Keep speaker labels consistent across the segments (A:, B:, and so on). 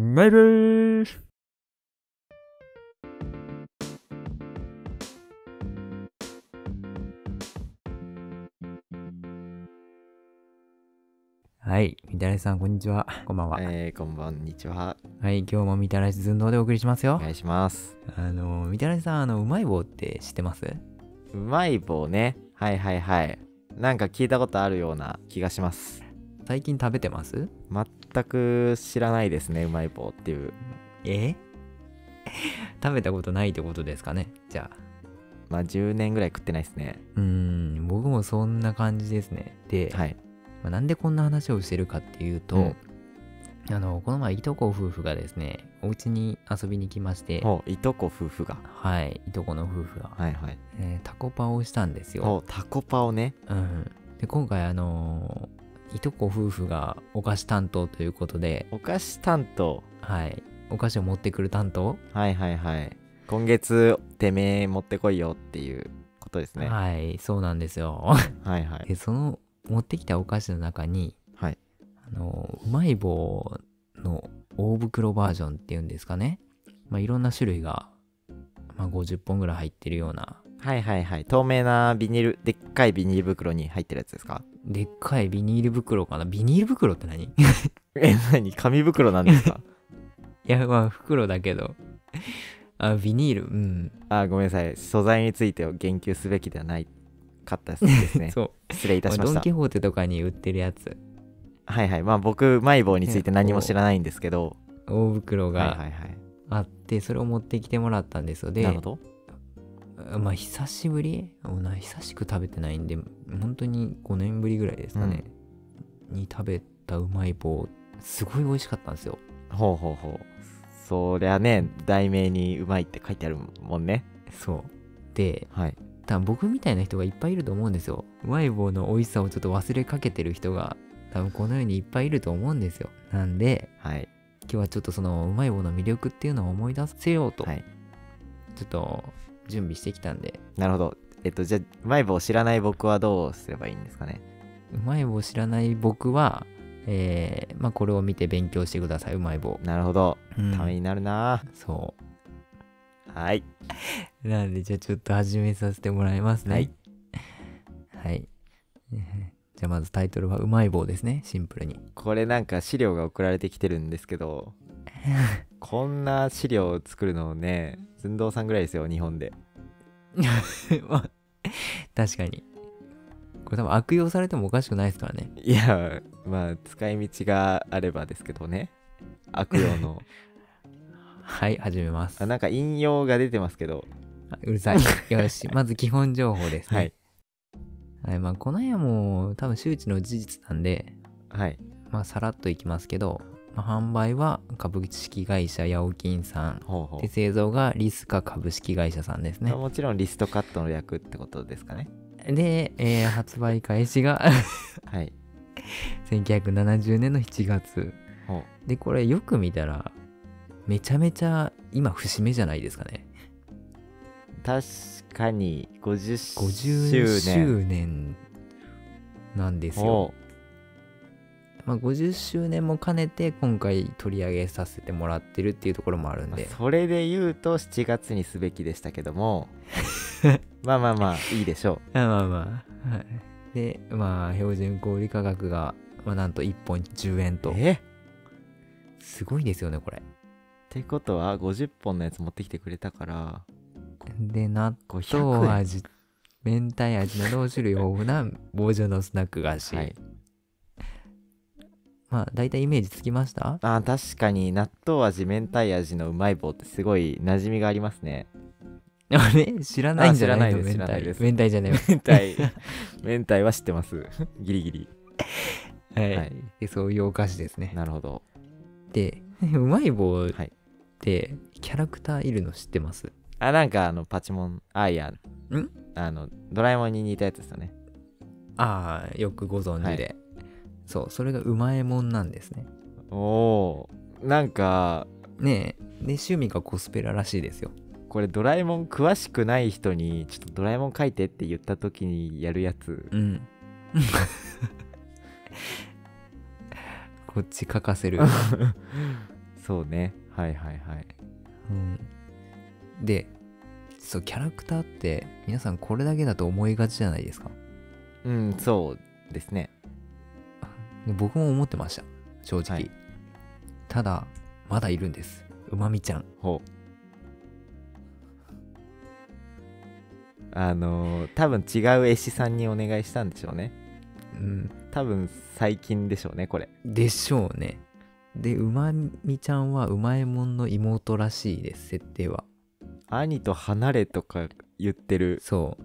A: Maybe.
B: 「はいみたらしさんこんにちはこんばんは」
C: えー、こんばんにちは。
B: はい今日もみたらし寸胴でお送りします
C: お
B: よ
C: 願いします。
B: あのみたらしさんあのうまい棒って知ってます
C: うまい棒ね。はいはいはい。なんか聞いたことあるような気がします。
B: 最近食べてます
C: 全く知らないですね、うまい棒っていう。
B: え 食べたことないってことですかねじゃあ
C: まあ10年ぐらい食ってないですね。
B: うーん僕もそんな感じですねで、
C: はい。
B: まあなんでこんな話をしてるかっていうと、あのこの前いとこ夫婦がですねお家に遊びに来まして
C: ほう、いとこ夫婦が。
B: はいいとこの夫婦が、
C: はいはい。
B: えータコパをしたんですよ、
C: ほう、タコパをね。
B: うん、で今回あのーいとこ夫婦がお菓子担当ということで
C: お菓子担当。
B: はいお菓子を持ってくる担当、
C: はいはいはい。今月、てめえ持ってこいよっていうことですね。は
B: はいそうなんですよ
C: いはい。
B: でその持ってきたお菓子の中に
C: はい。
B: あのうまい棒の大袋バージョンっていうんですかね、まあ、いろんな種類が、まあ、50本ぐらい入ってるような
C: はいはいはい。透明なビニール、でっかいビニール袋に入ってるやつですか
B: でっかいビニール袋かなビニール袋って何 い
C: え、何紙袋なんですか
B: やまあ袋だけどあビニールうん。
C: あ、ごめんなさい。素材についてを言及すべきではないかったですね
B: そう
C: 失礼いたしま
B: ド
C: し
B: ン・
C: た
B: キ。ホーテとかに売ってるやつ
C: はいはい。まあ僕、うまい棒について何も知らないんですけど。
B: 大袋
C: はいは
B: が
C: いはい。
B: あって、それを持ってきてもらったんですよで
C: なるほど。
B: まあ久しぶりもうな久しく食べてないんで本当に5年ぶりぐらいですかね、に食べたうまい棒すごい美味しかったんですよ
C: ほうほうほう。そりゃね、題名にうまいって書いてあるもんね。
B: そうで
C: はい。
B: 多分僕みたいな人がいっぱいいると思うんですようまい棒の美味しさをちょっと忘れかけてる人が多分この世にいっぱいいると思うんですよなんで
C: はい。
B: 今日はちょっとそのうまい棒の魅力っていうのを思い出せようと、
C: はい
B: ちょっと準備してきたんで
C: なるほど。えっと、じゃあ、うまい棒を知らない僕はどうすればいいんですかね。
B: うまい棒知らない僕は、えーまあ、これを見て勉強してくださいうまい棒、
C: なるほど。
B: うん
C: ためになるな、
B: そ
C: はい。
B: うなんでじゃあちょっと始めさせてもらいますね
C: はい
B: はい えーじゃあまずタイトルは「うまい棒」ですねシンプルに
C: これなんか資料が送られてきてるんですけどこんな資料を作るのね寸胴さんぐらいですよ日本で
B: まあ確かにこれ多分悪用されてもおかしくないですからね
C: いやまあ使い道があればですけどね悪用 の
B: はい始めます
C: あなんか引用が出てますけど
B: あうるさいよ しまず基本情報ですね
C: はい
B: はいまあこの辺はもう多分周知の事実なんで
C: はい
B: まあ、さらっといきますけど、まあ、販売は株式会社ヤオキンさん
C: ほうほ
B: で製造がリスカ株式会社さんです
C: う、
B: ね
C: もちろんリストカットの略ってことですか ね
B: で、えー発売開始が
C: はい
B: 1970年の7月
C: ほ
B: でこれよく見たらめちゃめちゃ今節目じゃないですかね
C: 確かに50
B: 50
C: 周年
B: 周年なんですよ、
C: ほう
B: まあ、50周年も兼ねて今回取り上げさせてもらってるっていうところもあるん
C: まあ
B: で
C: それで言うと7月にすべきでしたけど もまあまあまあいいでしょ
B: まあまあまあ。はい、で、まあ、標準小売価格が、まあ、なんと1本10円
C: う
B: と。
C: え
B: すごいですよね、これ。
C: ってことは50本のやつ持ってきてくれたから
B: で、納豆
C: 500円
B: 味、明太味など4種類豊富な棒状のスナック菓子。
C: はい
B: まあ、大体イメージつきました
C: あー確かに納豆味明太味のうまい棒ってすごい馴染みがありますね
B: あれ知らないんじゃないの
C: あ
B: 明
C: 知らない
B: 太
C: です。
B: 明太じゃないわ。
C: 明太 明太は知ってます ギリギリ
B: はい、
C: はい
B: で、そういうお菓子ですね。
C: なるほど
B: で、うまい棒っ
C: はい
B: て、キャラクターいるの知ってます
C: あなんかあのパチモンあいやんあのドラえもんに似たやつですよね
B: ああ、よくご存知で。そう、それがうまえもんなんですね。
C: おおーなんか
B: ねえで趣味がコスプレらしいですよ
C: これドラえもん詳しくない人にちょっとドラえもん書いてって言った時にやるやつ
B: うん こっち書かせる
C: そうねはいはいはい
B: うん、でそうキャラクターって皆さんこれだけだと思いがちじゃないですか
C: うんそうですね
B: で僕も思ってました正直、
C: はい
B: ただまだいるんですうまみちゃん
C: ほうあのー多分違う絵師さんにお願いしたんでしょうね
B: うん
C: 多分最近でしょうねこれ
B: でしょうねでうまみちゃんはうまえもんの妹らしいです設定は
C: 兄と離れとか言ってる
B: そ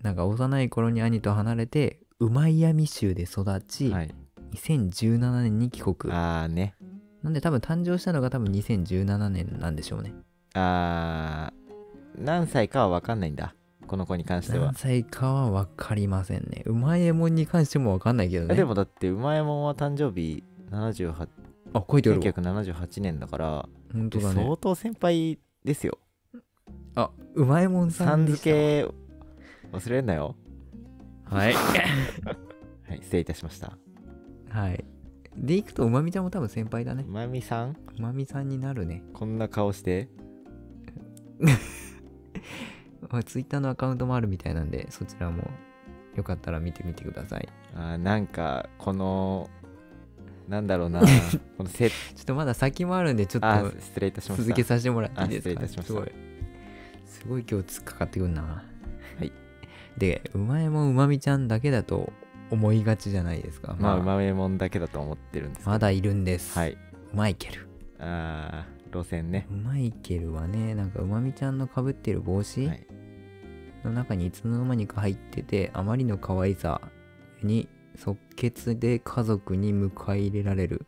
B: うなんか幼い頃に兄と離れてうまい闇州で育ち、
C: はい
B: 2017年に帰国
C: ああね
B: なんで多分誕生したのが多分2017年なんでしょうね
C: あー何歳かは分かんないんだこの子に関しては
B: 何歳かは分かりませんねうまいえもんに関しても分かんないけどね
C: でもだってうまえもんは誕生日78
B: あ書いてあるわ
C: 1978年だから
B: 本当だね
C: 相当先輩ですよ
B: あうまいもん
C: さ
B: さん
C: ん
B: でした
C: 付け忘れんなよ
B: はい
C: はい失礼いたしました
B: はいでいくとうまみちゃんも多分先輩だね
C: うまみさん
B: うまみさんになるね
C: こんな顔して
B: ツイッターのアカウントもあるみたいなんでそちらもよかったら見てみてください
C: あーなんかこのなんだろうなこのせ
B: ちょっとまだ先もあるんでちょ
C: あ
B: っ
C: ー失礼いたし
B: と
C: ました
B: 続けさせてもらっていいですか
C: あ失礼いたしまし
B: す
C: た
B: ごいすごい今日つっかかってくるな
C: はい
B: でうまいもんうまみちゃんだけだと思いがちじゃないですか
C: まあうまえもんだけだと思ってるんですけど
B: まだいるんです。
C: はい
B: マイケル。
C: あー路線ね、
B: マイケルはね、なんかうまみちゃんのかぶってる帽子
C: はい
B: の中にいつの間にか入ってて、あまりの可愛さに即決で家族に迎え入れられる。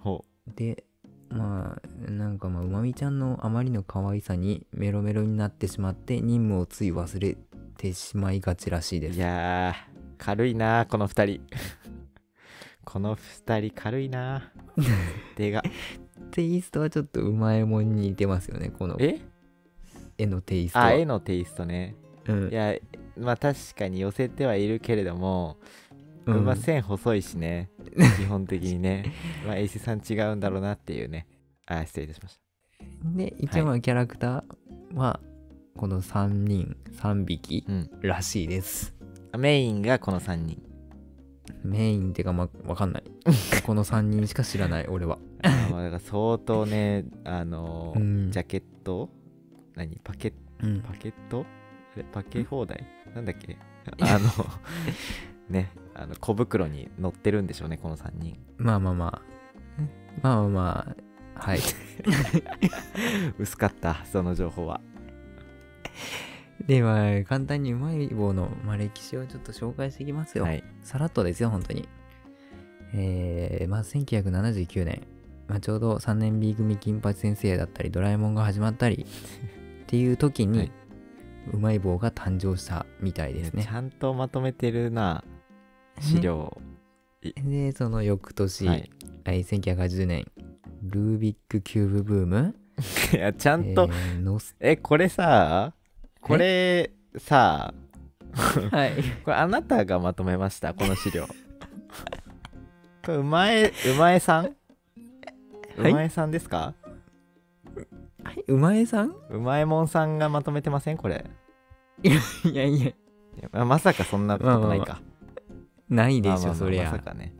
C: ほ
B: で、まあ、なんかまあうまみちゃんのあまりの可愛さにメロメロになってしまって、任務をつい忘れてしまいがちらしいうで
C: い
B: す。
C: やー軽いなーこの2人この2人軽いなー設定が
B: テイストはちょっとうまいもんに似てますよね、この
C: え
B: 絵のテイストは。
C: あ絵のテイストね
B: うん
C: いやまあ確かに寄せてはいるけれども、
B: うん
C: まあ線細いし ね基本的にねまあ絵師さん違うんだろうなっていうねあー失礼いたしまし
B: で一応まあキャラクターはこの3人3匹
C: た、うん
B: らしいです、
C: あ、メインがこの3人
B: メインってかまあわか んないこの3人しか知らない俺は
C: あーまあだから相当ねあのー
B: うん
C: ジャケット何パケット
B: うん
C: パケットあれパケ放題なんだ っけあのねあの小袋に乗ってるんでしょうねこの3人
B: まあまあまあまあまあまあはい
C: 薄かったその情報は
B: では簡単にうまい棒の、まあ、歴史をちょっと紹介していきますよ、
C: はい
B: さらっとですよ本当にえー、まあ1979年、まあ、ちょうど3年 B 組金八先生だったりドラえもんが始まった りっていう時に、
C: はいう
B: まい棒が誕生したみたいです
C: ち
B: ね。
C: ゃんとまとめてるな資料を
B: でその翌年、
C: は
B: はいい、1980年ルービックキューブブーム
C: いやちゃんと
B: えーノ ス
C: えこれさこれさ
B: はい
C: これあなたがまとめましたこの 資料これうまえうまえさんう
B: はい
C: まえさんですか
B: はいうまえさん
C: うまえもんさんがまとめてませんこれ
B: いやいや
C: いやまあまさかそんなことないか
B: ないでしょ、
C: まあまあまあ
B: そりゃ、
C: まさかね。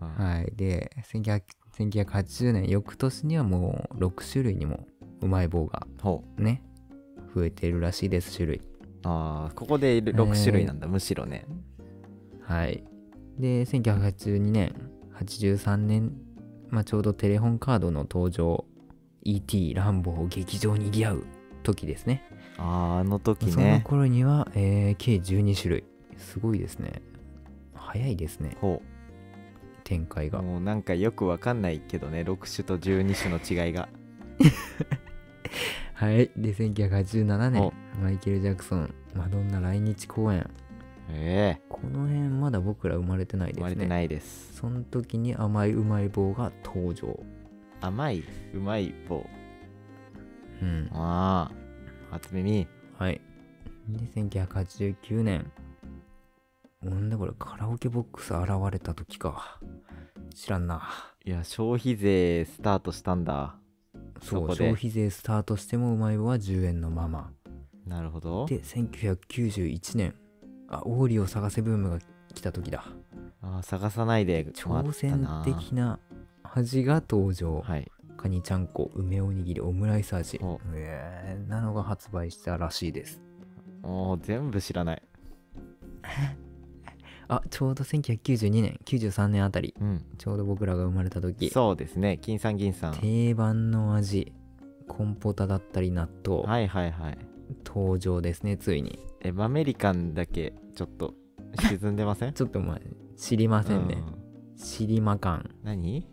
C: うん
B: はいで1900 1980年翌年にはもう6種類にもうまい棒が
C: ほう。
B: ね増えてるらしいです種類
C: ああ、ここで6種類なんだ、むしろね。
B: はいで1982年83年、まあ、ちょうどテレホンカードの登場 ET ランボー劇場にぎわう時ですね
C: ああ、あの時
B: その
C: ね。
B: 頃には、えー計12種類すごいですね早いですね
C: ほ
B: 展開
C: う。
B: が
C: もうなんかよくわかんないけどね、6種と12種の違いが。
B: はいで1987
C: お
B: 年マイケル・ジャクソンマドンナ来日公演
C: え
B: この辺まだ僕ら生まれてない
C: え
B: で
C: 生ますれて
B: ね
C: ないです。
B: その時に甘いうまい棒が登場
C: 甘い、うまい棒。
B: うん
C: ああ、初耳。
B: はい。で、1989年。なんだこれ、カラオケボックス現れた時か。知らんない
C: や消費税スタートしたんだ
B: そ
C: そうこで
B: 消費税スタートしてもうまい棒は10円のまま
C: なるほど
B: で1991年あオーリオ探せブームが来た時だ
C: あー探さないで
B: 挑戦
C: 待ったな
B: 的な味が登場、
C: はい
B: カニちゃんこ梅おにぎりオムライス味
C: お
B: えーなのが発売したらしいです
C: もう全部知らない
B: あちょうど1992年93年あたり
C: うん
B: ちょうど僕らが生まれた時
C: そうですね金さん銀さん
B: 定番の味コンポタだったり納豆、
C: はいはいはい
B: 登場ですねついに
C: エマメリカンだけちょっと沈んでま せん
B: ちょっとまあ知りませんね、
C: うん
B: 知りまかん
C: 何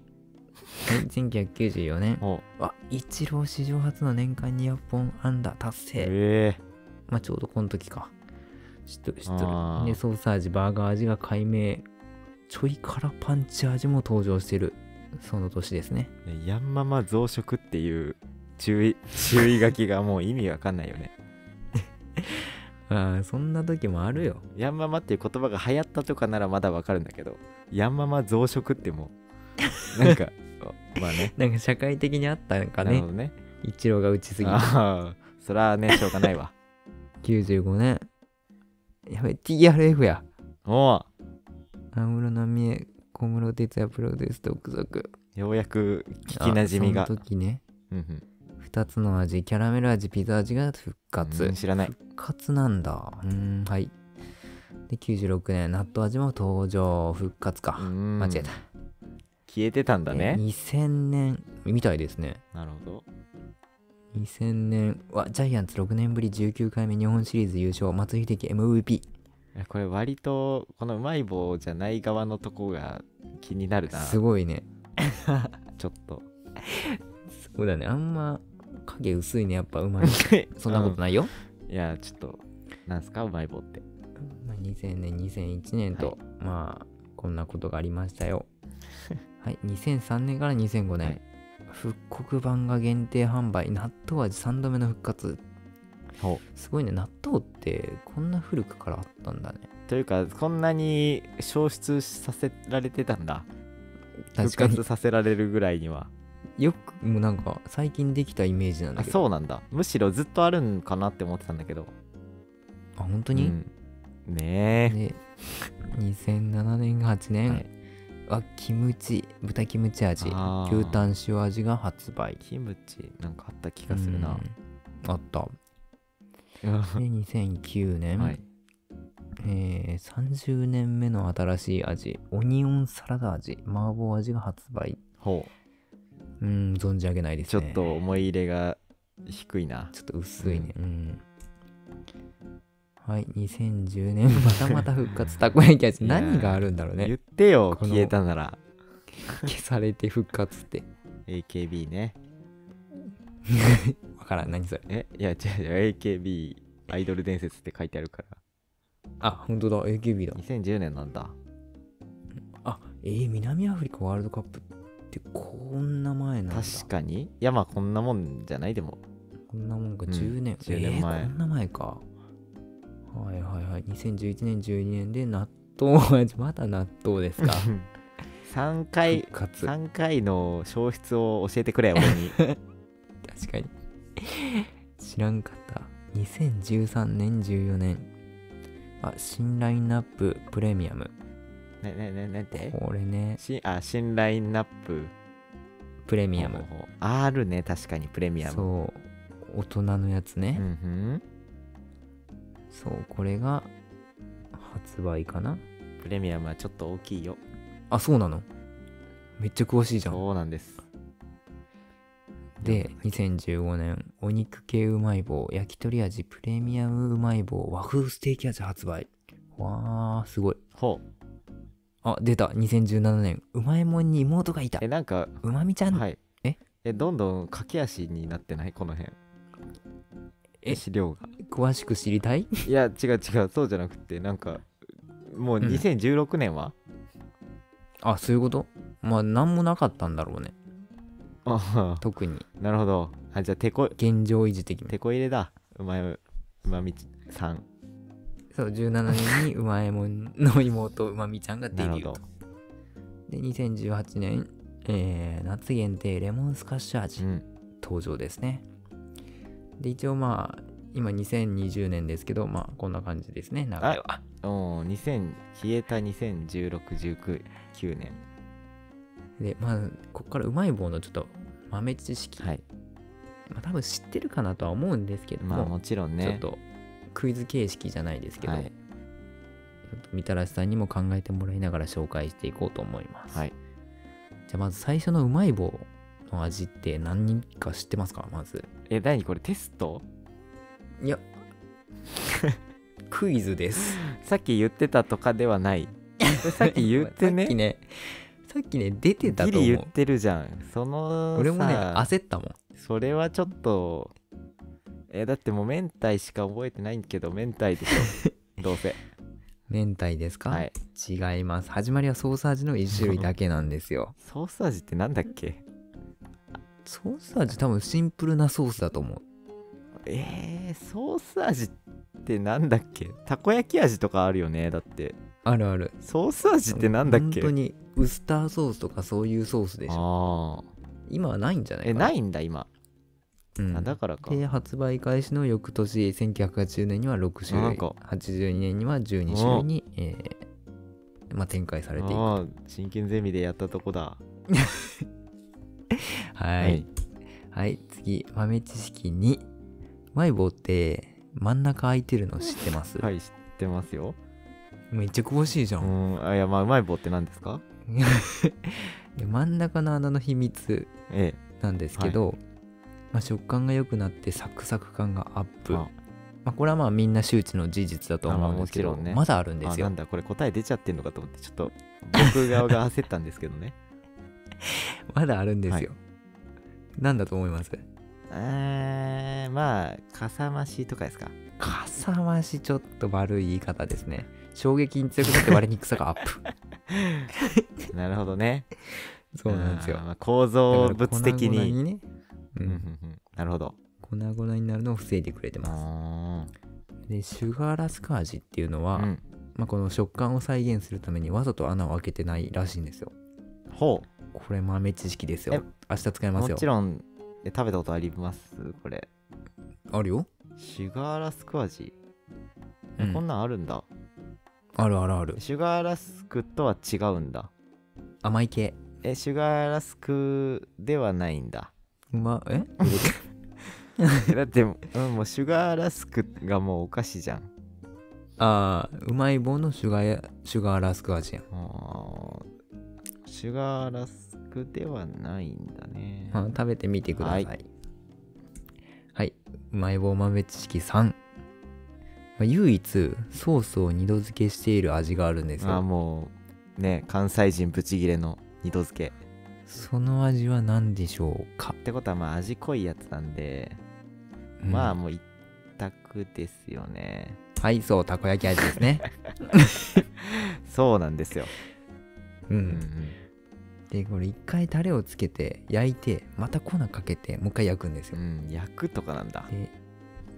B: はい1994年
C: お
B: あイチロー史上初の年間200本安打達成、
C: え
B: まあちょうどこの時か知っとる知っ
C: あ
B: と
C: ー
B: るでソーサージバーガー味が解明ちょい辛パンチ味も登場してるその年ですね
C: ーヤンママ増殖っていう注意注意書きがもう意味わかんないよね
B: ああそんな時もあるよ
C: ヤンママっていう言葉が流行ったとかならまだわかるんだけどヤンママ増殖っても うなんかおまあね
B: なんか社会的にあったんか
C: なるほ
B: ね
C: どね
B: イチローが打ちすぎて
C: ああそらねしょうがな いわ
B: 95年やべ TRF や
C: おう
B: 安室奈美恵小室哲哉プロデュース独足
C: ようやく聞きなじみ
B: あ
C: が
B: その時ね
C: うんうん
B: 2つの味キャラメル味ピザ味が復活、
C: うん知らない
B: 復活なんだうーんはいで96年納豆味も登場復活か、
C: 間
B: 間違えた
C: 消えてたんだ
B: で
C: ね
B: 2000年みたいですね
C: なるほど
B: 2000年はジャイアンツ6年ぶり19回目日本シリーズ優勝松井秀喜 MVP
C: いやこれ割とこのうまい棒じゃない側のとこが気になるな
B: すごいね
C: ちょっと
B: そうだねあんま影薄いねやっぱう まい そんなこと
C: な
B: ないよ、
C: いやちょっとなんすかうまい棒って
B: まあ、2000年2001年と、
C: は
B: まあこんなことがありました よはい2003年から2005年、
C: はい
B: 復刻版が限定販売納豆味3度目の復活
C: ほ
B: すごいね納豆ってこんな古くからあったんだね
C: というかこんなに消失させられてたんだ
B: 確
C: 復
B: かに
C: 活させられるぐらいには
B: よくもうなんか最近できたイメージなんだ
C: あ
B: けど
C: そうなんだむしろずっとあるんかなって思ってたんだけど
B: あ本当
C: う
B: に、
C: んね
B: で2007年8年
C: え、はい
B: はキムチ豚キムチ味
C: あー
B: 牛タン塩味が発売
C: キムチなんかあった気がするな
B: うんあ ったで2009年、
C: はい
B: えー30年目の新しい味オニオンサラダ味麻婆味が発売
C: ほう
B: うん存じ上げないです
C: ちょ
B: ね
C: っと思い入れが低いな
B: ちょっと薄いねうん、はい2010年 またまた復活たこ焼き味
C: いやー
B: 何があるんだろう
C: 言
B: ね
C: ってよ
B: この
C: 消えたなら
B: 消されて復活って
C: AKB ね
B: わからん何それ
C: えいや違う違う AKB アイドル伝説って書いてあるから
B: あ本当だ AKB だ
C: 2010年なんだ
B: あえー、南アフリカワールドカップってこんな前なんだ
C: 確かにいやまあこんなもんじゃない でも
B: こんなもんか、
C: うん
B: 10年、
C: 10年前
B: えーこんな前か。はいはいはい。2011年、12年で納豆 味、まだ納豆です か。
C: 3回
B: 復活。確
C: 3回の消失を教えてくれ俺に
B: かに。知らんかった。2013年、14年。あ、新ラインナッププレミアム。
C: ねねねねって
B: これね、
C: しあ新ラインナップ
B: プレミアム
C: ほう。ほうほうあるね確かにプレミアム
B: そう。大人のやつね。
C: うんふん
B: そう、これが発売かな。
C: プレミアムはちょっと大きいよ
B: あ、そうなのめっちゃ詳しいじゃん。
C: そうなんです
B: で2015年お肉系うまい棒焼き鳥味プレミアムうまい棒和風ステーキ味発売わーすごい
C: ほう
B: あ出た2017年うまいもんに妹がいた
C: えなんか
B: うまみちゃん、
C: はい。
B: え
C: え、どんどん駆け足になってないこの辺。
B: え
C: 資料が。
B: 詳しく知りたい
C: いや、違う違う、そうじゃなくて、なんか、もう
B: うん
C: 2016年は、
B: あそういうことまあ何もなかったんだろうね
C: ああ
B: 特に
C: なるほど。あ、じゃあ、てこ、
B: 現状維持的に
C: てこ入れだ。うまい、うまみさん。
B: そう17年にうまいもんの妹うまみちゃんがデ
C: な
B: ビュ
C: る
B: ー
C: ほど
B: と。で2018年、えー夏限定レモンスカッシュ味
C: うん
B: 登場ですねで一応まあ今2020年ですけどまあこんな感じですね流れ
C: あ
B: は
C: あおー2000消えた201619年
B: でまあここからうまい棒のちょっと豆知識、
C: はい
B: まあ、多分知ってるかなとは思うんですけども,、
C: まあもちろんね
B: ちょっとクイズ形式じゃないですけど、
C: は
B: ち
C: い
B: ょっとみたらしさんにも考えてもらいながら紹介していこうと思います、
C: はい
B: じゃあまず最初のうまい棒の味って何人か知ってますかまず
C: え何これテスト
B: いやクイズです
C: さっき言ってたとかではないさっき言って
B: さっき
C: ね
B: ねさっきね出てた
C: ギ
B: と
C: リ
B: 思
C: 言
B: う
C: ってるじゃんその
B: 俺もね
C: さ
B: 焦ったもん
C: それはちょっとえだってもう明太しか覚えてないんけど明太でし ょどうせ
B: 明太ですか、
C: はい
B: 違います始まりはソース味の1種類だけなんですよ
C: ソース味ってなんだっけ
B: ソース味多分シンプルなソースだと思う
C: えー、ソース味ってなんだっけたこ焼き味とかあるよねだって
B: あるある
C: ソース味ってなんだっけ
B: 本当にウスターソースとかそういうソースでしょ
C: あ
B: 今はないんじゃ
C: あ
B: ない
C: え
B: かな
C: ないんだ今、
B: うん
C: あだからか
B: で発売開始の翌年1980年には6種
C: あな
B: 類
C: んか
B: 82年には12種類に、えーまあ、展開されていくはい、
C: ああ真剣ゼミでやったとこだ
B: は、
C: はい
B: 次豆知識2マイボって真ん中空いてるの知ってます、
C: はい知ってますよ
B: めっちゃ詳しいじゃ、
C: うんんあいやまあうまい棒って何ですか
B: で真ん中の穴の秘密
C: え
B: なんですけど、まあ、食感が良くなってサクサク感がアッ
C: え
B: プまあ、これはまあみんな周知の事実だと思うんですけど、
C: あまあもちろんね
B: まだあるんで
C: あ
B: すよ
C: なんだこれ答え出ちゃってんのかと思ってちょっと僕側が焦ったんですけど ね
B: まだあるんですよ、なんだと思います
C: えー、まあかさ増しとかですか
B: かさ増しちょっと悪い言い方ですね衝撃に強くなって割れにくさがアッ プ
C: なるほどね
B: そうなんですよ
C: あーまあ構造物的
B: だから粉々
C: に
B: ね、う
C: うんんうんうんなるほど
B: 粉々になるのを防いでくれてます
C: あ
B: でシュガーラスク味っていうのは、
C: ーうん
B: まあ、この食感を再現するためにわざと穴を開けてないらしいんですよ
C: ほう
B: これ豆知識です
C: え
B: よ明日使いま
C: も
B: すよ
C: ちろんえ食べたことありますこれ
B: あるよ、
C: シュガーラスク味、
B: う
C: え
B: ん
C: こんなんあるんだ
B: あるあるある
C: シュガーラスクとは違うんだ
B: 甘い系
C: えシュガーラスクではないんだ
B: うまえ
C: えだ って、うん、もうシュガーラスクがもうお菓子じゃん
B: ああうまい棒のシュガーやシュガーラスク味やん、
C: あーシュガーラスクではないんだね。
B: まあ、食べてみてくださいは、
C: はい
B: うまい棒豆知識3、まあ、唯一ソースを二度漬けしている味があるんです
C: あー
B: よ
C: もうね関西人ブチギレの二度漬け。
B: その味は何でしょうか
C: っ、てことはまあ味濃いやつなんで、
B: うん
C: まあもう一択ですよね。
B: はいそうたこ焼き味です ね
C: そうなんですよ。
B: う
C: うん
B: んでこれ一回タレをつけて焼いてまた粉かけてもう一回焼くんです
C: う
B: よ
C: ん、うん、焼くとかなんだ。
B: で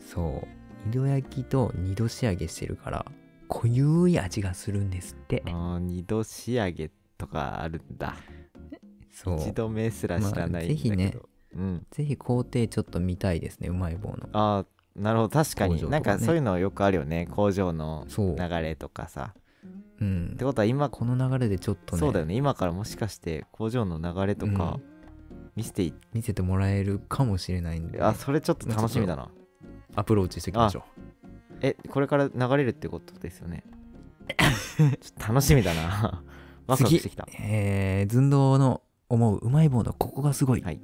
B: そう二度焼きと二度仕上げしてるから濃ゆい味がするんですって
C: あー二度仕上げとかあるんだ。
B: そう
C: 一度目すら知らない
B: まあ
C: んだけど。
B: ぜひね
C: うん。
B: ぜひ工程ちょっと見たいですねうまい棒の
C: ああなるほど確か
B: 工場
C: に、
B: とかね
C: なんかそういうのよくあるよね工場の
B: そう
C: 流、れとかさ。
B: う
C: っ
B: ん
C: て、ことは今
B: この流れでちょっとね
C: そうだよね今からもしかして工場の流れとか見せていっ
B: 見せてもらえるかもしれないん
C: て、
B: で、
C: あそれちょっと楽しみだな
B: アプローチしていきましょ
C: えこれから流れるってことです よねちょっと楽しみだなワクワクしてきた
B: うえー、寸胴の思ううまい棒のここがすごい、
C: はい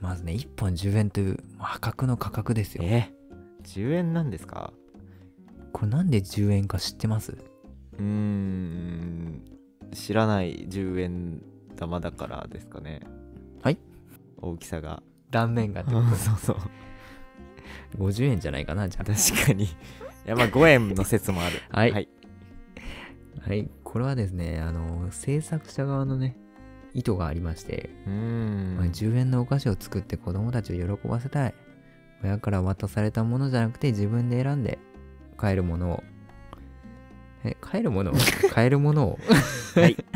B: まずね1本10円という破格の価格ですよ
C: え10円なんですか
B: これなんで10円か知ってます
C: うーん知らない10円玉だからですかね
B: はい
C: 大きさ が
B: 断面がってこ
C: そうそう
B: と50円じゃないかなじゃ
C: 確かにいやまあ5円の説もある
B: はい
C: はい
B: あはいこれはですねあの制作者側のね意図がありまして
C: うーん
B: まあ10円のお菓子を作って子供たちを喜ばせたい親から渡されたものじゃなくて自分で選んで買えるものを え買えるものを買えるものを
C: はいはい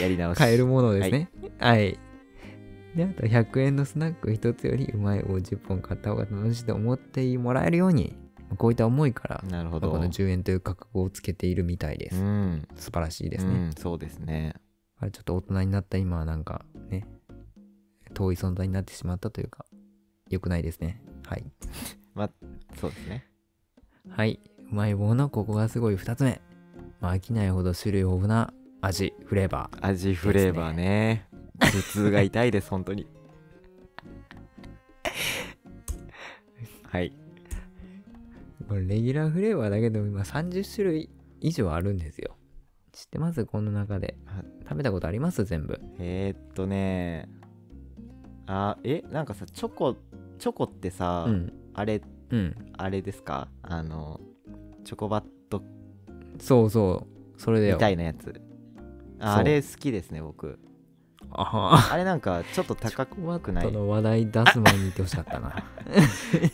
C: やり直し
B: 買えるものですねはい、であと100円のスナック1つよりうまい棒10本買った方が楽しいと思ってもらえるようにこういった思いから
C: なるほ
B: こ
C: ど
B: の10円という価格をつけているみたいです、
C: うん
B: 素晴らしいです
C: う
B: ね、
C: んそうですね
B: あれちょっと大人になった今はなんかね遠い存在になってしまったというか良くないですねはい
C: そうですね
B: はいうまい棒のここがすごい2つ目、まあ、飽きないほど種類豊富な味フレーバー
C: 味フレーバーね頭痛が痛いです 本当にはい
B: これレギュラーフレーバーだけでも今30種類以上あるんですよ知ってますこの中で
C: あ
B: 食べたことあります全部
C: えー、っとねあえなんかさチョコチョコってさ、
B: うん
C: あれ
B: うん
C: あれですかあのチョコバット
B: そうそうそれだ
C: み
B: よ
C: たいなやつあ
B: そう
C: あれ好きですね僕
B: あは
C: あれなんかちょっと高くな
B: そ
C: い、
B: の話題出す前に言ってほしかった な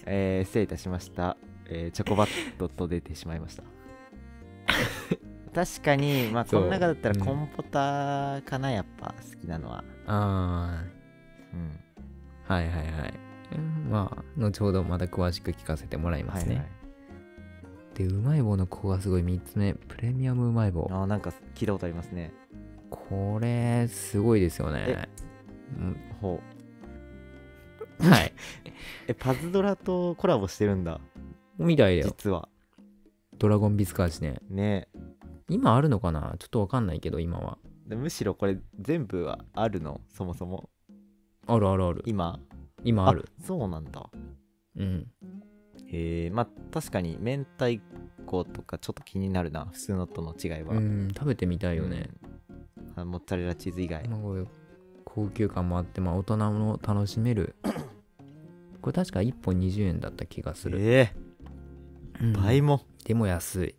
C: えー失礼いたしました、えーチョコバットと出てしまいました 確かにまあ
B: そ
C: こ
B: う
C: の中だったら
B: うん
C: コンポタかなやっぱ好きなのは
B: あ
C: うん
B: ーはいはいはいうんまあ後ほどまた詳しく聞かせてもらいますね、
C: はい
B: でうまい棒のここがすごい3つ目プレミアムうまい棒
C: はい、あーなんか聞いたことありますね
B: これすごいですよねうん
C: ほう
B: はい
C: えパズドラとコラボしてるんだ
B: みたいだよ
C: 実は
B: ドラゴンビスカーチね
C: ね
B: 今あるのかなちょっとわかんないけど今は
C: でむしろこれ全部はあるのそもそも
B: あるあるある
C: 今
B: 今ある
C: そうなんだ
B: うん
C: えー、まあ確かに明太子とかちょっと気になるな普通のとの違いは、
B: うん食べてみたいよね、
C: うんあモッツァレラチーズ以外、
B: まあこういう高級感もあって、まあ、大人も楽しめ るこれ確か1本20円だった気がする、
C: え
B: うん
C: ー、倍も、
B: でも安い、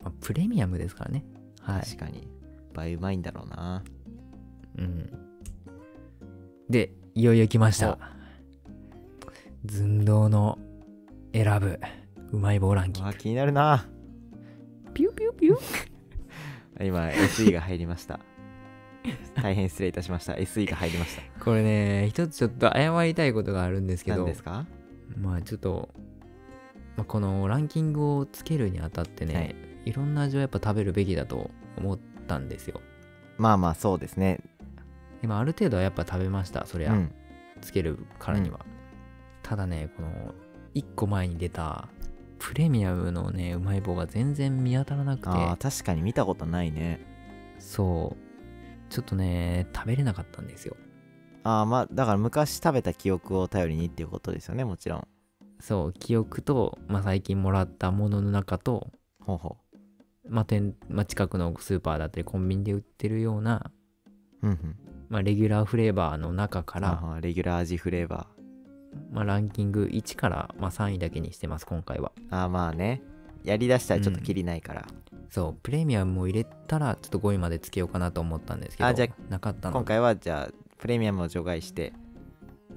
B: まあ、プレミアムですからねはい
C: 確かに倍うまいんだろうな
B: うん。で、いよいよ来ました。寸胴の選ぶうまい棒ランキン
C: あ
B: グ。
C: 気になるな
B: ピューピューピュー。
C: 今 SE が入り ました大変失礼いたしました SE が入りました
B: これね、一つちょっと謝りたいことがあるんですけ
C: 何
B: ど
C: で、すか
B: まあちょっと、まあ、このランキングをつけるにあたってね、
C: はい
B: い、ろんな味をやっぱ食べるべきだと思ったんですよ。
C: まあまあそうですね
B: でまあある程度はやっぱ食べました、そり
C: う
B: ゃ、
C: ん
B: つけるからには。ただね、この1個前に出たプレミアムのね、うまい棒が全然見当たらなくて、
C: あー確かに見たことないね
B: そう、ちょっとね、食べれなかったんですよ。
C: ああまあだから昔食べた記憶を頼りにっていうことですよねもちろん
B: そう、記憶と、まあ、最近もらったものの中と、
C: ほうほ
B: まあ店まあ、近くのスーパーだったりコンビニで売ってるような、
C: ううんうん
B: まあ、レギュラーフレーバーの中か
C: あ
B: ら、
C: ーレギュラー味フレーバ
B: まあ、ランキング1から、まあ、3位だけにしてます今回は
C: ーあーまあねやりだしたらちょっときりないから、
B: そうプレミアムも入れたらちょっと5位までつけようかなと思ったんですけど
C: あじゃ
B: なかったの
C: 今回はじゃあプレミアムを除外して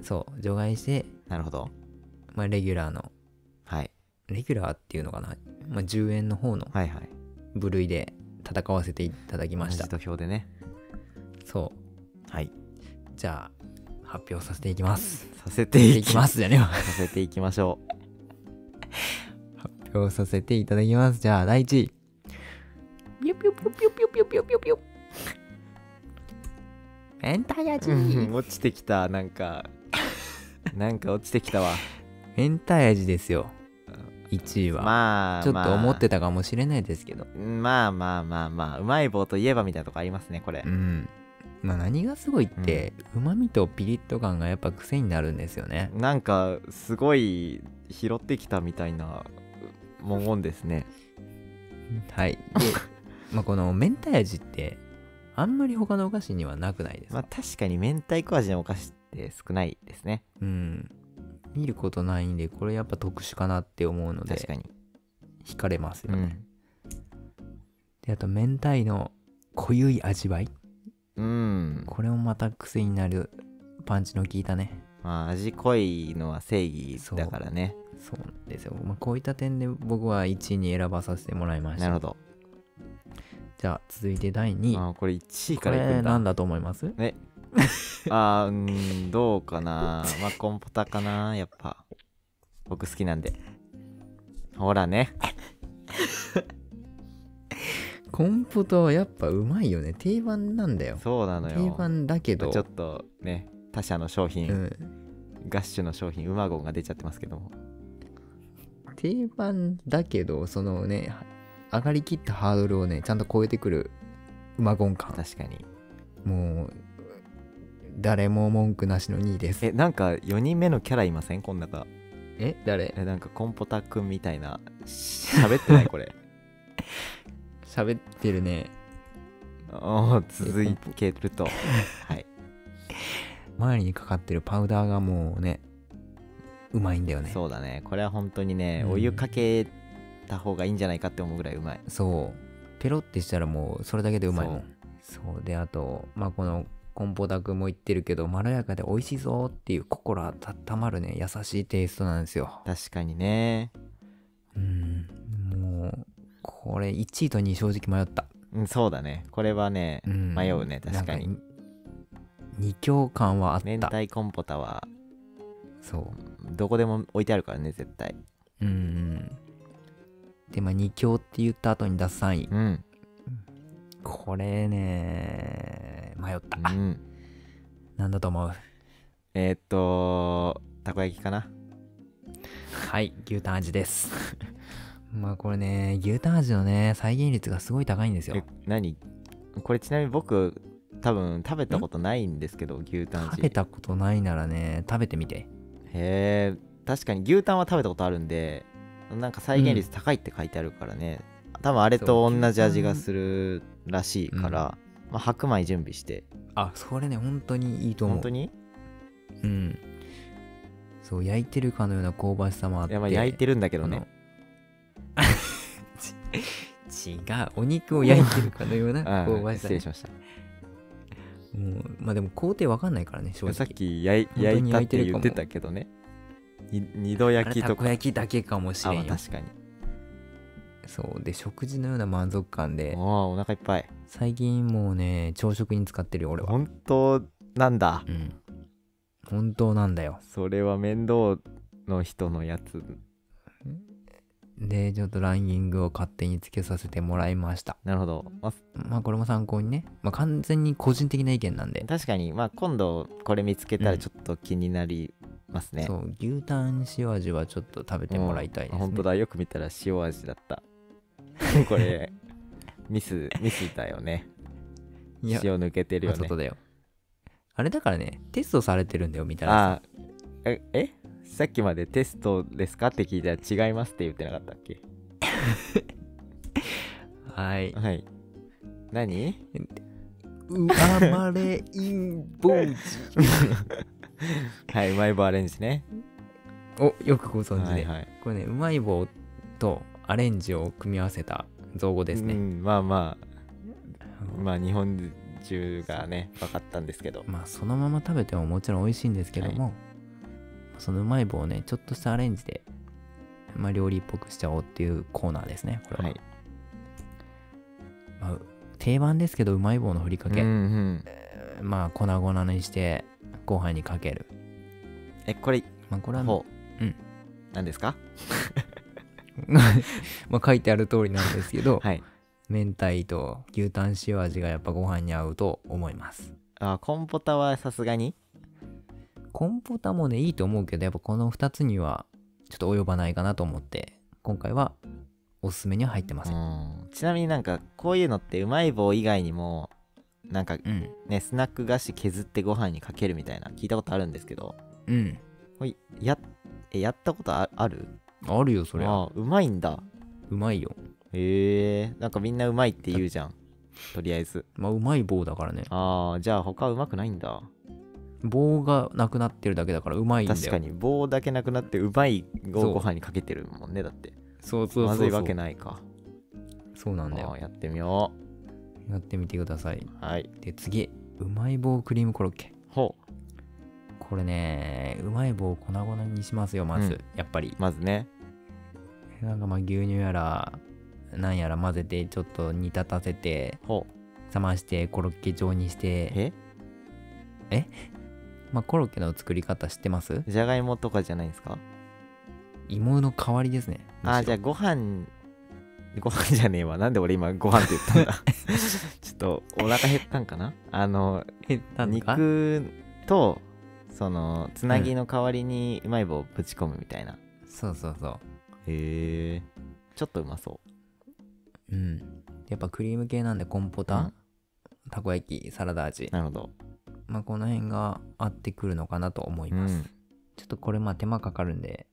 B: そう除外して、
C: なるほど
B: まあ、レギュラーの
C: はい
B: レギュラーっていうのかな、まあ、10円の方の
C: はいはい
B: 部類で戦わせていただき
C: 同
B: まし
C: じ
B: た
C: 土俵でね
B: そう
C: はい
B: じゃあ発表させていきます
C: させて
B: い
C: い
B: き
C: き
B: ま
C: ます
B: すじゃねえわ
C: させていきましょう
B: 発表させていただきますじゃあ第1位ピュピュピュピュピュピュピュピュピュ明太 味
C: うん落ちてきたなんかなんか落ちてき たわ
B: 明太味ですよ1位は、
C: まあ
B: ちょっと思って
C: た
B: たかもしれないですけど、
C: まあまあまあまあうまい棒といえばみたいなとこありますねこれ
B: うんまあ何がすごいってうま、みとピリッと感がやっぱ癖になるんですよね
C: なんかすごい拾ってきたみたいな文言ですね
B: はい でまあこの明太味ってあんまり他のお菓子にはなくないですか
C: まあ確かに明太子味のお菓子って少ないですね
B: うん見ることないんでこれやっぱ特殊かなって思うの
C: 確
B: で
C: かに、
B: 惹かれますよ
C: う
B: ね、
C: ん
B: であと明太の濃ゆい味わい
C: うん、
B: これもまた癖になるパンチの効いたね
C: まあ味濃いのは正義だからね
B: そうなんですよ、まあ、こういった点で僕は1位に選ばさせてもらいました
C: なるほど
B: じゃあ続いて第2位
C: あーこれ1位
B: こ
C: からいく
B: れ
C: ん
B: な
C: だ
B: んだと思います
C: あーうーんどうかなまあコンポタかなやっぱ僕好きなんでほらね
B: コンポタはやっぱうまいよね定番なんだよ
C: そうなのよ
B: 定番だけど
C: ちょっとね他社の商品、
B: うん、
C: ガッシュの商品ウマゴンが出ちゃってますけども
B: 定番だけどそのね上がりきったハードルをねちゃんと超えてくる馬ゴン感
C: 確かに
B: もう誰も文句なしの2位です
C: えなんか4人目のキャラいませんこん中
B: え誰
C: えなんかコンポタくんみたいな喋ってない これ
B: 喋ってるね
C: おー続いてるとはい
B: 周りにかかってるパウダーがもうねうまいんだよねそう
C: そうだねこれは本当にね、
B: うん
C: お湯かけた方がいいんじゃないかって思うぐらいうまい
B: ペロってしたらもうそれだけでうまいもんそうであとまあこのコンポタ君も言ってるけどまろやかで美味しいぞっていう心温まるね優しいテイストなんですよ
C: 確かにね
B: うんもうこれ1位と2位正直迷った、
C: うんそうだねこれはね、
B: うん
C: 迷うね確かに
B: なん二強感はあった
C: 明太コンポタは
B: そう
C: どこでも置いてあるからね絶対
B: うんうんでまあ2強って言った後に出す3位
C: うん、
B: これね迷った、
C: うん、
B: なんだと思う
C: えーっとたこ焼きかな
B: はい牛タン味です まあこれね牛タン味のね再現率がすごい高いんです
C: え
B: よ
C: 何これちなみに僕多分食べたことないんですけど牛タン味
B: 食べたことないならね食べてみて
C: へえ確かに牛タンは食べたことあるんでなんか再現率高いって書いてあるからね、多分あれと同じ味がするらしいから、まあ、白米準備して
B: あそれね本当にいいと思う
C: 本当に
B: うんそう焼いてるかのような香ばしさもあっ
C: い
B: て
C: やまあ焼いてるんだけどね
B: あのち違うお肉を焼いてるかのような
C: あ
B: 香ばしさ
C: 失礼しました
B: もうまあでも工程わかんないからね正直
C: さっき焼い
B: 本当
C: 焼
B: に
C: いた
B: 焼
C: っ
B: いてるか
C: て言
B: も
C: ってたけどねい二度
B: あ
C: 焼
B: れ
C: き
B: た
C: とか
B: こ焼きだけかもし
C: あ、
B: れ
C: まあ、
B: んよ
C: 確かに
B: そうで食事のような満足感で
C: おーお腹いっぱい
B: 最近もうね朝食に使ってるよ俺は
C: 本当なんだ
B: うん本当なんだよ
C: それは面倒の人のやつ
B: でちょっとランキングを勝手につけさせてもらいました
C: なるほど、まあ
B: まあこれも参考にねまあ完全に個人的な意見なんで
C: 確かにまあ今度これ見つけたらちょっと気になりますね、
B: そう牛タン塩味はちょっと食べてもらいたいです、ね
C: 本当だよく見たら塩味だった これミスミスだよね
B: いや
C: 塩抜けてる
B: あ
C: よ
B: そ
C: ね
B: こだよあれだからねテストされてるんだよみたいな
C: ああええさっきまでテストですかって聞いたら違いますって言ってなかったっけ
B: はい
C: はい何
B: 生まれインボ ージ
C: はいうまい棒アレンジね
B: をよくご存知で、
C: はいはい
B: これねうまい棒とアレンジを組み合わせた造語です
C: う
B: ね、
C: ん、まあまあまあ日本中がね分かったんですけど
B: まあそのまま食べてももちろん美味しいんですけども、そのうまい棒をねちょっとしたアレンジで、まあ、料理っぽくしちゃおうっていうコーナーですねこれは、
C: はい
B: まあ定番ですけどうまい棒のふりかけ、
C: うんうん
B: まあ粉々にしてご飯にかける
C: えこれ
B: まあこれはね
C: ほう、
B: うん
C: 何ですか
B: まあ書いてある通りなんですけど、
C: はい
B: 明太と牛タン塩味がやっぱご飯に合うと思います
C: あコンポタはさすがに
B: コンポタもねいいと思うけどやっぱこの2つにはちょっと及ばないかなと思って今回はおすすめには入ってません
C: うんちなみになんかこういうのってうまい棒以外にもなんか
B: うん
C: ねスナック菓子削ってご飯にかけるみたいな聞いたことあるんですけど
B: うん
C: これやえやったことあある
B: あるよそりゃ
C: あうまいんだ
B: うまいよ
C: へえなんかみんなうまいって言うじゃんとりあえず
B: まあうまい棒だからね
C: ああじゃあ他うまくないんだ
B: 棒がなくなってるだけだからうまいんだよ
C: 確かに棒だけなくなってうまいをご飯にかけてるもんねだって
B: そうそうそうそう
C: まずいわけないか
B: そうなんだ
C: あ
B: よ
C: ーやってみよ
B: やってみてくださいう
C: はい
B: で次うまい棒クリームコロッケ
C: ほう
B: これねうまい棒を粉々にしますよまず、
C: うん
B: やっぱり
C: まずね
B: なんかまあ牛乳やらなんやら混ぜてちょっと煮立たせて
C: ほ
B: 冷ましてコロッケ状にし
C: う
B: て
C: え
B: まあコロッケの作り方知ってます
C: じゃがいもとかじゃないんですか
B: 芋の代わりですねむしろ
C: あーじゃあご飯ご飯じゃねえわなんで俺今ご飯って言ったん だちょっとお腹減ったんかなあの
B: えなんだか
C: 肉とそのつなぎの代わりにうまい棒をぶち込むみたいな、
B: そうそうそ
C: へえちょっとうまそ
B: う
C: う
B: んやっぱクリーム系なんでコンポタ、
C: うん
B: たこ焼きサラダ味
C: うなるほど
B: まあこの辺が合ってくるのかなと思います、
C: うん
B: ちょっとこれまあ手間かかるんで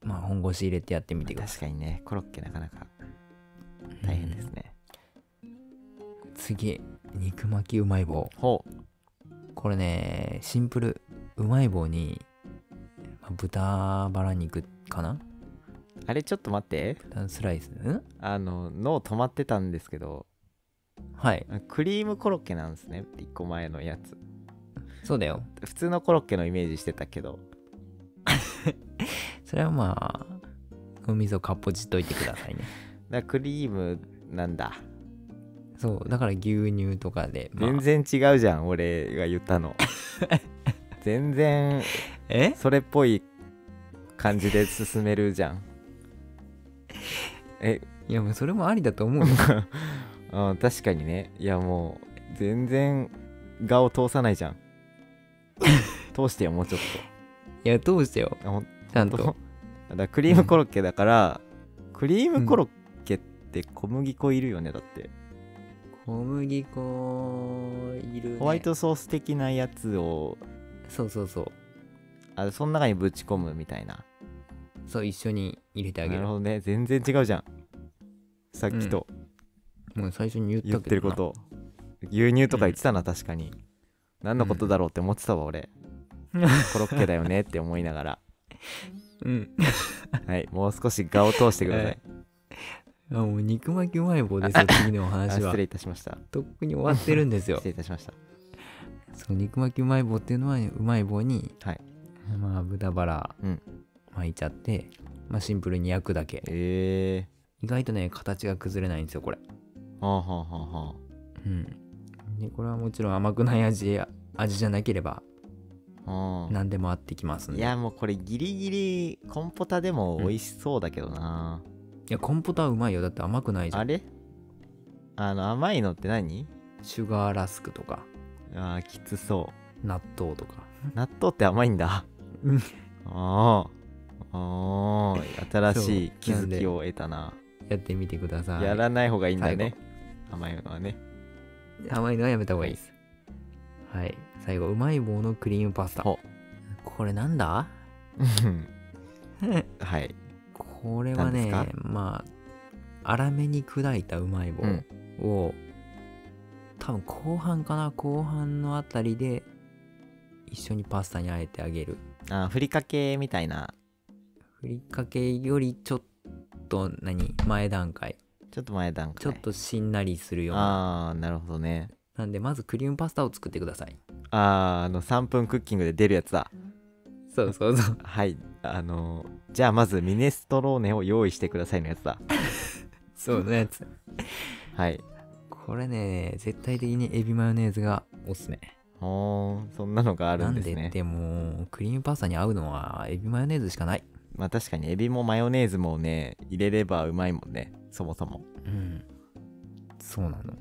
B: まあ本腰入れてやってみてくださ
C: 確かにねコロッケなかなか
B: い
C: 大変ですね、
B: 次肉巻きうまい棒
C: ほう
B: これねシンプルうまい棒に、まあ豚バラ肉かな
C: あれちょっと待って
B: 豚スライスん
C: あの脳止まってたんですけど
B: はい
C: クリームコロッケなんですね1個前のやつ
B: そうだよ
C: 普通のコロッケのイメージしてたけど
B: それはまあお味噌かっぽじっといてくださいね
C: だからクリームなんだ
B: そうだから牛乳とかで、まあ
C: 全然違うじゃん俺が言っ たの全然
B: え
C: それっぽい感じで進めるじゃんえ
B: いやもうそれもありだと思うよ
C: うん確かにねいやもう全然画を通さな いじゃん通してよもうちょっ
B: いやどうしてよ
C: とあほん
B: ちゃん
C: と
B: と
C: だからクリームコロッケだから、クリームコロッケって小麦粉いるよねだって
B: 小麦粉いる、ね、
C: ホワイトソース的なやつを
B: そうそうそう
C: あその中にぶち込むみたいな
B: そう一緒に入れてあげ
C: な
B: る
C: るほどね全然違うじゃんさっきと
B: もう最初に言ったけ
C: 言
B: ど
C: っ
B: な
C: てること、牛乳とか言ってたな確かに何のことだろうって思ってた わ俺、コロッケだよねって思いながら
B: うん
C: はいもう少し画を通して ください、
B: あもう肉巻きうまい棒ですよ次のお
C: あ
B: 話は
C: 失礼いたしました
B: とっくに終わってるんですよ
C: 失礼いたしました
B: その肉巻きうまい棒っていうのはうまい棒に、
C: はい
B: まあ豚バラ
C: うん
B: 巻いちゃって、まあシンプルに焼くだけ
C: ええ
B: 意外とね形が崩れないんですよこれ
C: ー、はあはあはあは
B: うんでこれはもちろん甘くない味味じゃなければ
C: あうん
B: 何でも合ってきますん
C: い
B: でいや
C: やもうこれギリギリコンポタでも美味しそうだけどな、
B: コンポタはうまいよだって甘くないじゃ
C: あ
B: ん
C: れあの甘いのって何
B: シュガーラスクとか
C: あーきつそう
B: 納豆とか
C: 納豆って甘いんだ
B: うん
C: ああああ新しい気
B: そうなん
C: づ
B: で
C: きを得たな
B: やってみてください
C: やらない方がいいんだね甘いのはね
B: 甘いのはやめた方がいいですはい最後うまい棒のクリームパスタ
C: ほ
B: これなんだ
C: はい
B: これはね
C: なんです
B: まあ粗めに砕いたうまい棒
C: うん
B: を、多分後半かな後半のあたりで一緒にパスタにあえてあげる
C: あふりかけみたいな
B: ふりかけよりちょっと何前段階
C: ちょっと前段階
B: ちょっとしんなりするような、
C: ああなるほどね
B: なんでまずクリームパスタを作ってください
C: あああの3分クッキングで出るやつだ
B: そうそう そう
C: はいあのじゃあまずミネストローネを用意してくださいのやつだ
B: そうのやつ
C: はい
B: これね絶対的にエビマヨネーズがおすすめ
C: ほーんそんなのがあるんです
B: なんで
C: ね
B: でもクリームパスタに合うのはエビマヨネーズしかない
C: まあ確かにエビもマヨネーズもね入れればうまいもんねそもそも
B: うんそうなの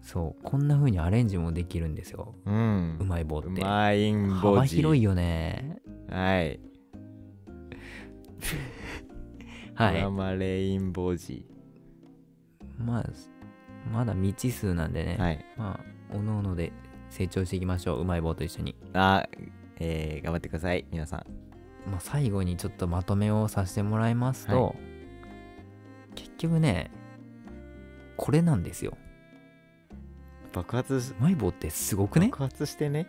B: そうこんな風にアレンジもできるんですよ
C: うん
B: うまい棒っ
C: う
B: て
C: まいんぼ
B: 幅
C: じ
B: 広いよね
C: はい、
B: は
C: ドラ
B: い
C: マレインボージ
B: まあまだ未知数なんでね、
C: はい
B: まあおのおので成長していきましょううまい棒と一緒に、
C: あえー、頑張ってください皆さん
B: まあ、最後にちょっとまとめをさせてもらいますと、結局ねこれなんですよ
C: 爆発し
B: うまい棒ってすごくね
C: 爆発してね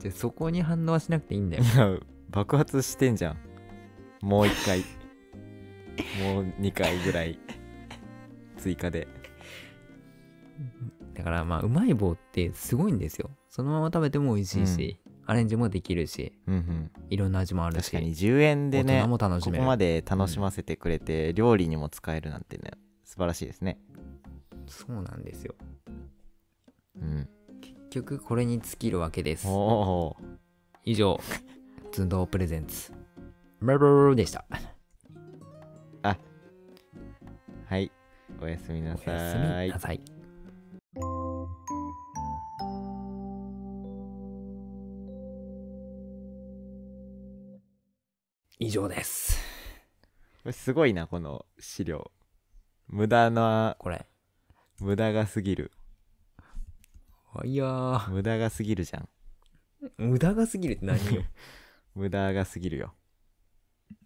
B: じゃあそこに反応はしなくていいんだよ
C: いや爆発してんじゃんもう一 回もう二回ぐらい追加で
B: だからまあうまい棒ってすごいんですよそのまま食べても美味しいし、アレンジもできるし
C: うんうん、
B: いろんな味もあるし
C: 確かに10円で
B: 大
C: ね
B: 人も楽し
C: こ
B: め
C: こ
B: る
C: まで楽しませてくれて、料理にも使えるなんてね素晴らしいですね
B: そうなんですよ
C: うん
B: 結局これに尽きるわけです
C: おおー
B: 以 上寸胴プレゼンツブルブルでした
C: はいおやすみな
B: お
C: さ
B: やすみ
C: い
B: なさい以上です
C: これすごいなこの資料無駄な
B: これ
C: 無駄が過ぎる
B: いやー
C: 無駄が過ぎるじゃん
B: 無駄が過ぎるって 何よ
C: 無駄が過ぎるよ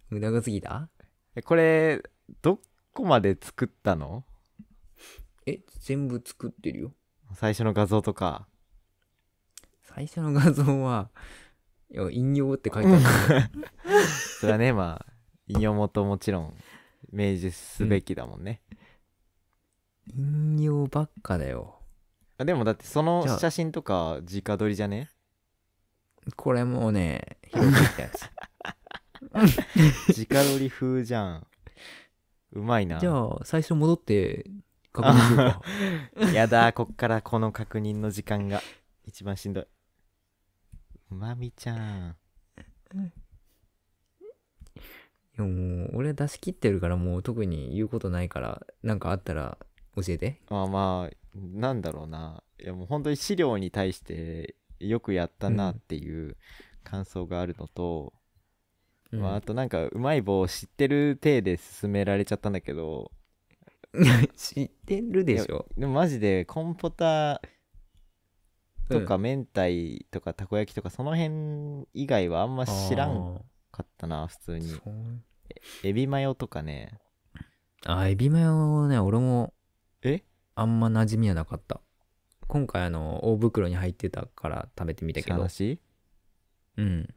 B: 無駄が過ぎた
C: えこれどこまで作ったの
B: え全部作ってるよ
C: 最初の画像とか
B: 最初の画像はいや引用って書いてある
C: それ はねまあ引用元もちろん明示すべきだもんね、
B: 引用ばっかだよ
C: あでもだって
B: じ
C: そ
B: ゃ
C: の
B: あ
C: 写真とか直撮りじ ゃね
B: これもうね拾ってきた やつ
C: 直撮り風じゃんうまいな
B: じゃあ最初戻って確認しよう か
C: やだこっからこの確認の時間が一番しんどいうまみちゃん
B: いやもう俺出し切ってるからもう特に言うことないからなんかあったら教えて
C: まあまあなんだろうないやもう本当に資料に対してよくやったなっていう感想があるのと、まあ、あとなんかうまい棒知ってる体で進められちゃったんだけど
B: 知ってるでしょ
C: でもマジでコンポタとか
B: うん
C: 明太とかたこ焼きとかその辺以外はあんま知らんかったな普通
B: あー
C: に
B: そう
C: エビマヨとかね
B: あエビマヨね俺も
C: え
B: あんま馴染みはなかった今回あの大袋に入ってたから食べてみたけど
C: 話
B: うん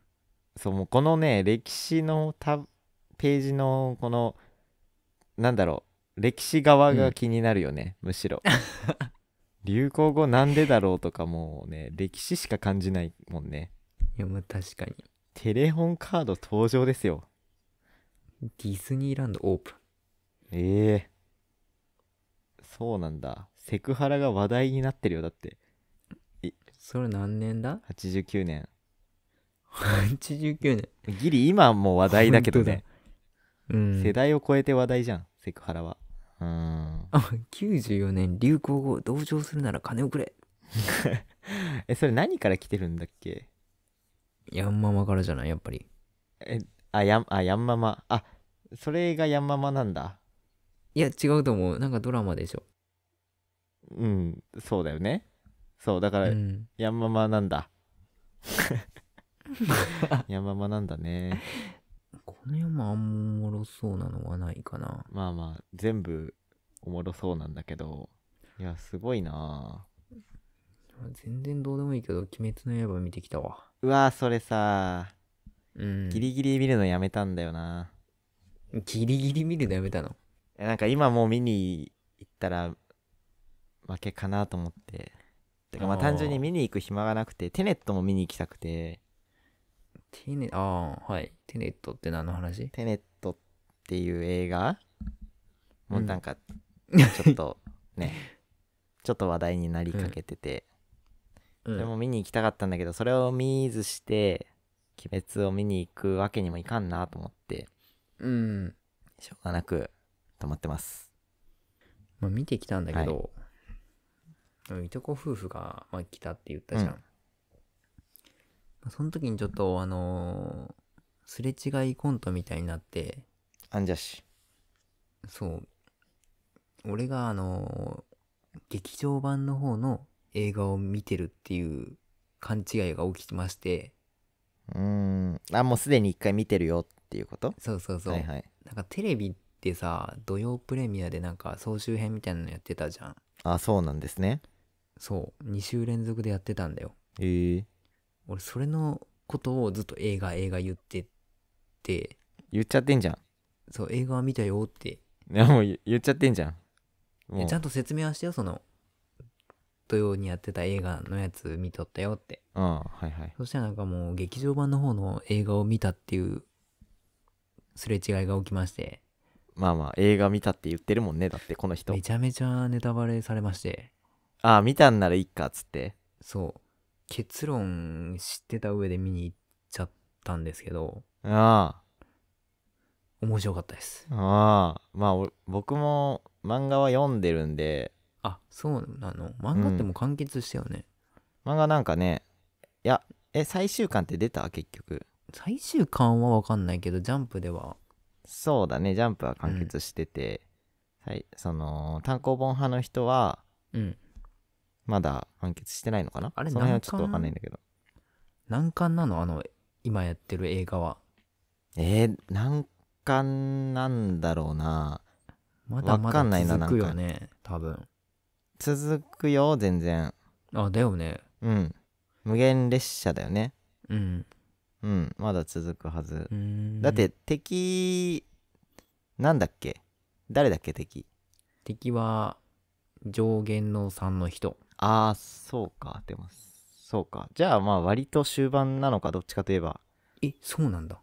C: そうもうこのね歴史のタページのこのなんだろう歴史側が気になるよね、むしろ流行語なんでだろうとかもうね歴史しか感じないもんね
B: いやまあ確かに
C: テレホンカード登場ですよ
B: ディズニーランドオープン
C: ええそうなんだセクハラが話題になってるよだって
B: それ何年だ
C: 89年
B: ?89 年
C: ギリ今も話題だけどね、
B: うん、
C: 世代を超えて話題じゃんセクハラはうーん
B: あ94年流行語同情するなら金をくれ
C: えそれ何から来てるんだっけ
B: ヤンママからじゃないやっぱり
C: えあやんあやんままあそれがやんままなんだ
B: いや違うと思うなんかドラマでしょ、
C: うんそうだよねそうだから、
B: うん、
C: やんままなんだやんままなんだね
B: この山あんまおもろそうなのはないかな
C: まあまあ全部おもろそうなんだけどいやすごいなあ
B: 全然どうでもいいけど「鬼滅の刃」見てきたわ
C: うわーそれさ
B: うん
C: ギリギリ見るのやめたんだよな、
B: ギリギリ見るのやめたの
C: えなんか今もう見に行ったら負けかなと思っててかまあ
B: あー
C: 単純に見に行く暇がなくてテネットも見に行きたくて
B: テネああはいテネットって何の話
C: テネットっていう映画もううんなん かちょっとねちょっと話題になりかけてて、
B: うん
C: それも見に行きたかったんだけどそれを見ずして鬼滅を見に行くわけにもいかんなと思って
B: うん
C: しょうがなく止まってます
B: まあ、見てきたんだけど、い、とこ夫婦が、まあ、来たって言ったじゃん、
C: うん
B: まあその時にちょっとあのーすれ違いコントみたいになって
C: アンジャッシ
B: そう俺があのー劇場版の方の映画を見てるっていう勘違いが起きまして
C: ュうーんあもうすでに一回見てるよっていうこと
B: そうそうそう、
C: はいはい
B: なんかテレビってさ土曜プレミアでなんか総集編みたいなのやってたじゃん
C: あそうなんですね
B: そう2週連続でやってたんだよ
C: え
B: 俺それのことをずっと映画映画言ってて
C: 言っちゃってんじゃ
B: そう映画は見たよって
C: んいやもう言言っちゃってんじゃんもう
B: ちゃんと説明はしてよそのト用にやってた映画のやつ見とったよって
C: うんはいはい
B: そしたらなんかもう劇場版の方の映画を見たっていうすれ違いが起きまして
C: まあまあ映画見たって言ってるもんねだってこの人
B: めちゃめちゃネタバレされまして
C: ああ見たんならいいかっつって
B: そう結論知ってた上で見に行っちゃったんですけど
C: あ
B: 面白かったです
C: あああまあお僕も漫画は読んでるんで
B: あそうなの漫画ってもう完結したよね、
C: 漫画なんかねいやえ最終巻って出た結局
B: 最終巻は分かんないけどジャンプでは
C: そうだねジャンプは完結してて、はい、その単行本派の人は
B: うん
C: まだ完結してないのかな
B: あれ
C: その辺はちょっとわ
B: 何巻
C: かんないんだけど
B: 難関なのあの今やってる映画は
C: えー、難関なんだろうな
B: まだま
C: わかんな
B: だ
C: いな
B: 続くよね多分
C: 続くよ全然
B: あだよね
C: うん無限列車だよね
B: うん
C: うんまだ続くはず
B: うーん
C: だって敵なんだっけ誰だっけ敵
B: 敵は上限の3の人
C: ああそうかでもそうかじゃあまあ割と終盤なのかどっちかといえば
B: えそうなんだ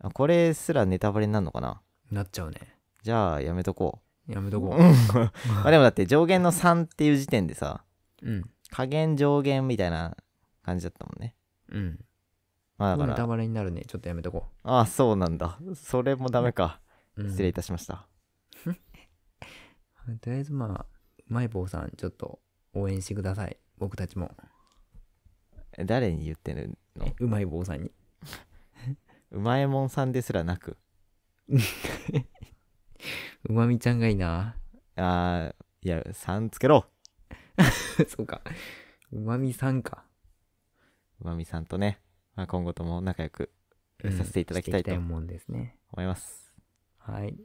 C: あこれすらネタバレになるのかな
B: なっちゃうね
C: じゃあやめとこ
B: やめと
C: う
B: こ
C: うん まあでもだって上限の3っていう時点でさ
B: ううん
C: 加減上限みたいな感じだったもんね
B: うん
C: まあだか
B: ネタ
C: ら
B: バレになるねちょっとやめとこ
C: ああそうなんだそれもダメか
B: う、うん
C: 失礼いたしました
B: とりあえずまあマイボーさんちょっと応援してください僕たちも
C: え誰に言ってるの
B: うまい棒さんに
C: うまえもんさんですらなく
B: うまみちゃんがいいな
C: ああいや3つけろ
B: そうかうまみさんか、
C: うまみさんとね、まあ、今後とも仲良く
B: うん
C: させていただきたい
B: して
C: と
B: いきたいもんですね
C: 思います、
B: はいじ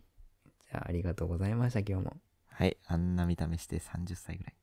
B: ゃあありがとうございました今日も
C: はいあんな見た目して30歳ぐらい